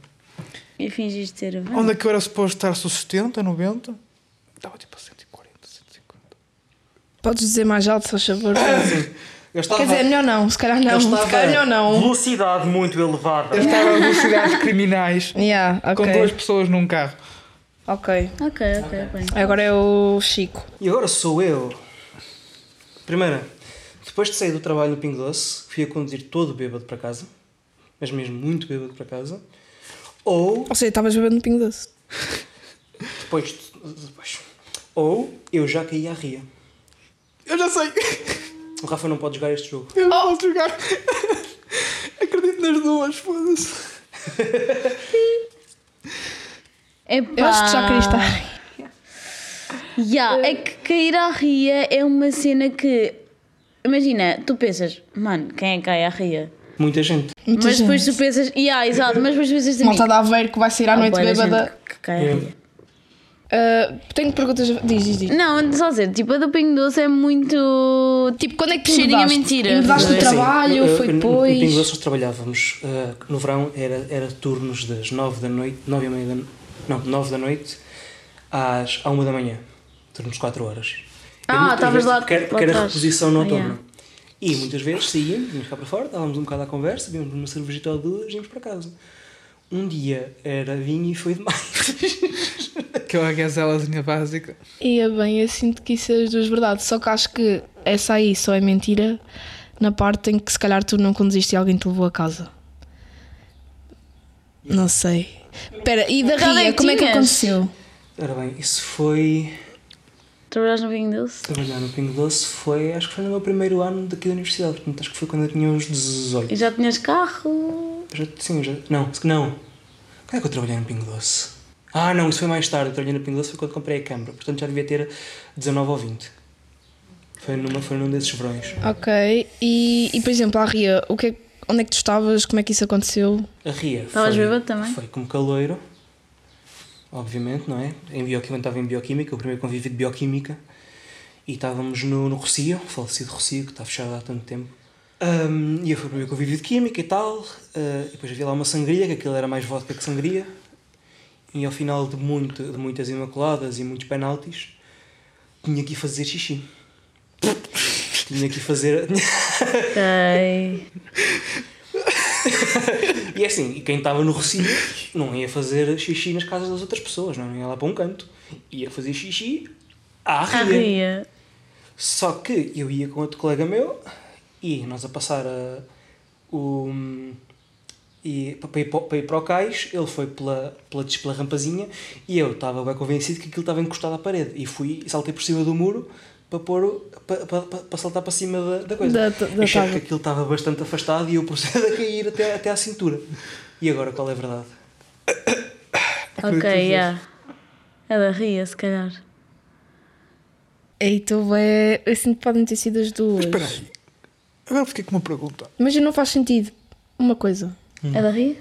Speaker 1: E fingiste ter o
Speaker 3: Onde é que eu era suposto estar? Se 70, 90? Estava tipo a 140, 150.
Speaker 2: Podes dizer mais alto, se faz favor.
Speaker 4: Eu estava,
Speaker 2: Quer dizer, é melhor não, se calhar não.
Speaker 4: eu
Speaker 2: Se
Speaker 4: estava
Speaker 2: calhar é melhor não.
Speaker 4: velocidade muito elevada.
Speaker 3: Eu estava a velocidades criminais,
Speaker 2: Yeah, ok.
Speaker 3: com duas pessoas num carro.
Speaker 2: Ok.
Speaker 1: Ok, ok, bem.
Speaker 2: Agora é o Chico.
Speaker 4: E agora sou eu. Primeira, depois de sair do trabalho no Pingo Doce, fui a conduzir todo bêbado para casa. Mas mesmo muito bêbado para casa. Ou
Speaker 2: Ou seja, estavas bebendo no Pingo Doce.
Speaker 4: depois, de- depois. Ou eu já caí à ria.
Speaker 3: Eu já sei!
Speaker 4: O Rafa não pode jogar este jogo.
Speaker 2: Oh!
Speaker 3: Eu não posso jogar!
Speaker 6: Acredito nas duas, foda-se.
Speaker 1: Epá.
Speaker 2: Eu acho que já queria
Speaker 1: Ah,
Speaker 2: estar.
Speaker 1: Ya, é que cair à ria é uma cena que. Imagina, tu pensas, mano, quem é que cai à ria?
Speaker 4: Muita gente.
Speaker 2: Muita
Speaker 1: mas depois
Speaker 2: gente.
Speaker 1: tu pensas, ya, exato, mas depois pensas
Speaker 2: Malta
Speaker 1: assim.
Speaker 2: de Aveiro que vai sair à
Speaker 1: "Ah,
Speaker 2: noite
Speaker 1: bué da gente
Speaker 2: bêbada. É.
Speaker 1: que
Speaker 4: É.
Speaker 1: cai à ria."
Speaker 2: Ah, tenho perguntas. a- Diz, diz, diz.
Speaker 1: Não, só dizer, tipo, a do Pingo Doce é muito.
Speaker 2: Tipo, quando é que tu
Speaker 1: Cheirinho a
Speaker 2: mudaste?
Speaker 1: mentira.
Speaker 2: Mudaste
Speaker 1: Sim.
Speaker 2: o trabalho,
Speaker 4: Sim, é assim, eu-
Speaker 2: foi
Speaker 4: eu- No Pingo
Speaker 2: depois.
Speaker 4: Doce nós trabalhávamos. eh, no verão era, era turnos das 9 da noite, 9 e meia da noite, não, 9 da noite às à 1 da manhã. Turnos de 4 horas.
Speaker 1: Ah,
Speaker 4: Eu muitas
Speaker 1: estavas
Speaker 4: vezes-
Speaker 1: lá-
Speaker 4: Porque, era-
Speaker 1: lá
Speaker 4: porque era
Speaker 1: atrás.
Speaker 4: reposição
Speaker 1: Ah,
Speaker 4: noturna.
Speaker 1: yeah.
Speaker 4: E muitas vezes saía, vinhamos cá para fora, estávamos um bocado à conversa, bebíamos uma cervejita ou duas e íamos para casa. Um dia era vinho e foi demais. *laughs*
Speaker 6: Aquela gazelazinha básica.
Speaker 2: E é bem, eu sinto que isso é as duas verdades. Só que acho que essa aí só é mentira na parte em que se calhar tu não conduziste e alguém te levou a casa. Não sei. Espera, e da
Speaker 1: Que idade é
Speaker 2: Ria,
Speaker 1: que
Speaker 2: como é que
Speaker 1: tinhas?
Speaker 2: aconteceu?
Speaker 4: Ora bem, isso foi.
Speaker 1: Trabalhas no Pingo Doce?
Speaker 4: Trabalhar no Pingo Doce foi, acho que foi no meu primeiro ano daqui da universidade, portanto acho que foi quando eu tinha uns 18.
Speaker 1: E já tinhas carro?
Speaker 4: Já, sim, já. Não, se- não. Quando é que eu trabalhei no Pingo Doce? Ah, não, isso foi mais tarde. Eu trabalhei no Pingo Doce foi quando comprei a câmara, portanto já devia ter 19 ou 20. Foi, numa, foi num desses verões.
Speaker 2: Ok, e, e por exemplo, a Ria, o que é- onde é que tu estavas? Como é que isso aconteceu?
Speaker 4: A Ria.
Speaker 1: Estavas
Speaker 4: foi-
Speaker 1: bêbado também?
Speaker 4: Foi como caloiro, obviamente, não é? Em bioquímica, estava em bioquímica, o primeiro convívio de bioquímica. E estávamos no, no Rocio, o falecido Rocio, que está fechado há tanto tempo. Ahm, e eu fui o primeiro convívio de química e tal. ah, e depois havia lá uma sangria, que aquilo era mais vodka que sangria. E ao final de, muito, de muitas imaculadas e muitos penaltis, tinha que ir fazer xixi. tinha que ir fazer.
Speaker 1: Ok.
Speaker 4: E é assim, e quem estava no Recife não ia fazer xixi nas casas das outras pessoas, não ia lá para um canto. Ia fazer xixi à
Speaker 1: À
Speaker 4: *laughs* ria. É
Speaker 1: ria.
Speaker 4: Só que eu ia com outro colega meu e nós a passar a, o. hum, E para ir para, o- para ir para o cais, ele foi pela, pela, des- pela rampazinha e eu estava bem convencido que aquilo estava encostado à parede. E fui e saltei por cima do muro para, pôr, o- para, para, para- para saltar para cima da, da coisa.
Speaker 2: Da- da
Speaker 4: Achei
Speaker 2: tábua.
Speaker 4: que aquilo estava bastante afastado e eu *laughs* procedo a cair até, até à cintura. E agora qual é a verdade?
Speaker 1: Ok, yeah. Ela ria, se calhar.
Speaker 2: Ei, tu é. Eu sinto que podem ter sido as duas.
Speaker 6: Espera aí. Agora fiquei com uma pergunta.
Speaker 2: Mas não faz sentido. Uma coisa.
Speaker 4: Hum.
Speaker 1: Ela É ria?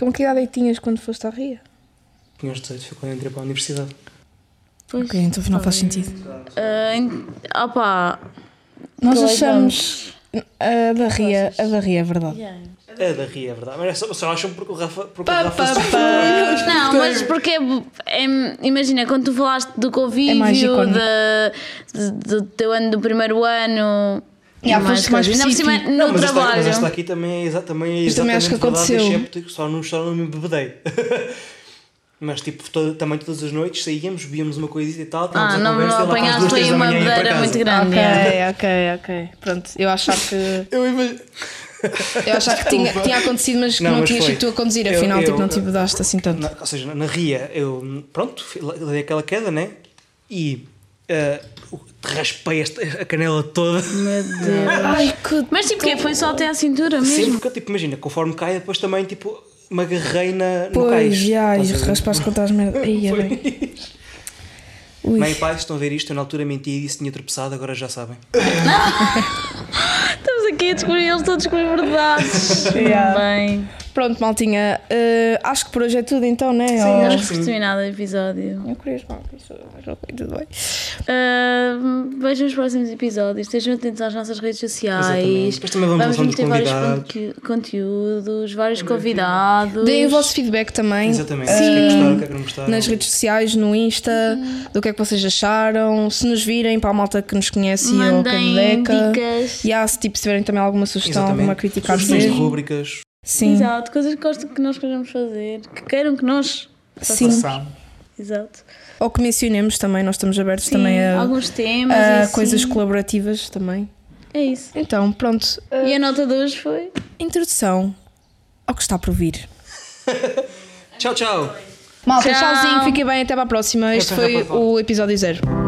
Speaker 2: Com que idade é que tinhas quando foste à Ria?
Speaker 4: Tinha uns 18, foi quando entrei para a universidade.
Speaker 1: Pois.
Speaker 2: Ok, então não faz sentido.
Speaker 1: Ah, en- opá.
Speaker 2: Nós
Speaker 1: Dois
Speaker 2: *laughs* achamos a da Ria, a da Ria é verdade.
Speaker 4: É da Ria, é verdade. Mas é só, só acham porque o Rafa. Porque o
Speaker 2: Pá,
Speaker 4: Rafa
Speaker 2: pá,
Speaker 4: se-
Speaker 2: pá.
Speaker 1: Não, mas porque é, é- imagina, quando tu falaste do
Speaker 2: É mais
Speaker 1: convívio,
Speaker 2: icónico.
Speaker 1: de- do teu ano do primeiro ano,
Speaker 2: Yeah,
Speaker 1: e
Speaker 2: foste mais
Speaker 1: coisas. Ainda por
Speaker 2: específico.
Speaker 1: cima,
Speaker 4: Não,
Speaker 1: no
Speaker 4: mas esta-
Speaker 1: trabalho.
Speaker 4: mas esta aqui também é, exa também é
Speaker 2: Mas também
Speaker 4: exatamente
Speaker 2: acho que
Speaker 4: verdade,
Speaker 2: aconteceu.
Speaker 4: excepto que só não, só não me bebedei. *laughs* mas tipo, to- também todas as noites saíamos, bebíamos uma coisita e tal,
Speaker 1: ah,
Speaker 4: a
Speaker 1: não,
Speaker 4: conversa,
Speaker 1: não
Speaker 4: ela para as duas,
Speaker 1: apanhaste
Speaker 4: três
Speaker 1: aí
Speaker 4: da
Speaker 1: uma
Speaker 4: manhã ia para
Speaker 1: bedeira
Speaker 4: casa.
Speaker 1: muito grande. yeah.
Speaker 2: ok, ok. Pronto, eu achava que.
Speaker 6: Eu imagino.
Speaker 2: *laughs* Eu achava que tinha, tinha acontecido, mas que
Speaker 4: Não,
Speaker 2: não,
Speaker 4: mas
Speaker 2: tinhas
Speaker 4: foi.
Speaker 2: sido tu a conduzir,
Speaker 4: Eu-
Speaker 2: afinal,
Speaker 4: eu-
Speaker 2: tipo, não te mudaste assim tanto.
Speaker 4: Na- ou seja, na Ria, eu, pronto, fui lá- dei aquela queda, né? E eh, o- raspei esta- a canela toda. *laughs*
Speaker 1: Meu Deus.
Speaker 2: Ai, que.
Speaker 1: Mas tipo, quê? foi só até à cintura mesmo?
Speaker 4: Sim, porque tipo, imagina, conforme cai, depois também tipo, me agarrei na, no cais.
Speaker 2: Pois, já, e
Speaker 4: Estás a ver?
Speaker 2: raspaste contra as merdas. Ia
Speaker 4: *laughs*
Speaker 2: bem. Ui.
Speaker 4: Mãe e pai, se estão a ver isto, eu na altura menti e disse que tinha tropeçado, agora já sabem.
Speaker 1: Estamos aqui a descobrir, eles estão a descobrir verdades.
Speaker 2: *laughs* Yeah.
Speaker 1: Bem,
Speaker 2: Pronto, maltinha, eh, acho que por hoje é tudo então, né?
Speaker 1: não
Speaker 2: Ou-
Speaker 1: acho que gostei nada do episódio.
Speaker 2: Eu queria chamar isso, é mas ok, tudo bem.
Speaker 1: Ah, vejam os próximos episódios, estejam atentos às nossas redes
Speaker 4: Exatamente.
Speaker 1: sociais.
Speaker 4: Depois também vamos lançando
Speaker 1: meter vários
Speaker 4: convidados.
Speaker 1: conte- conteúdos, vários convidados.
Speaker 2: Deem o vosso feedback também. Eh,
Speaker 4: Exatamente. Se quer gostar, quer que não gostar.
Speaker 2: Nas redes sociais, no Insta, do que é que vocês acharam, se nos virem para a malta que nos conhece e ao
Speaker 1: Mandem
Speaker 2: Cadeca.
Speaker 1: dicas.
Speaker 2: E há, se tipo, se tiverem também alguma sugestão,
Speaker 4: Exatamente.
Speaker 2: alguma crítica a
Speaker 4: Sugestões de
Speaker 2: dizer.
Speaker 4: rubricas.
Speaker 2: Sim,
Speaker 1: Exato, coisas que gostam que nós queremos fazer, que queiram que nós.
Speaker 2: sim.
Speaker 1: Exato.
Speaker 2: Ou que mencionemos também, nós estamos abertos também a,
Speaker 1: alguns temas.
Speaker 2: a
Speaker 1: e assim.
Speaker 2: coisas colaborativas também.
Speaker 1: É isso.
Speaker 2: Então, pronto.
Speaker 1: E a nota de hoje foi.
Speaker 2: Introdução ao que está por vir.
Speaker 4: Tchau, tchau.
Speaker 2: Malta,
Speaker 1: Tchau.
Speaker 2: tchauzinho, fiquem bem, até para a próxima. Este foi o episódio zero.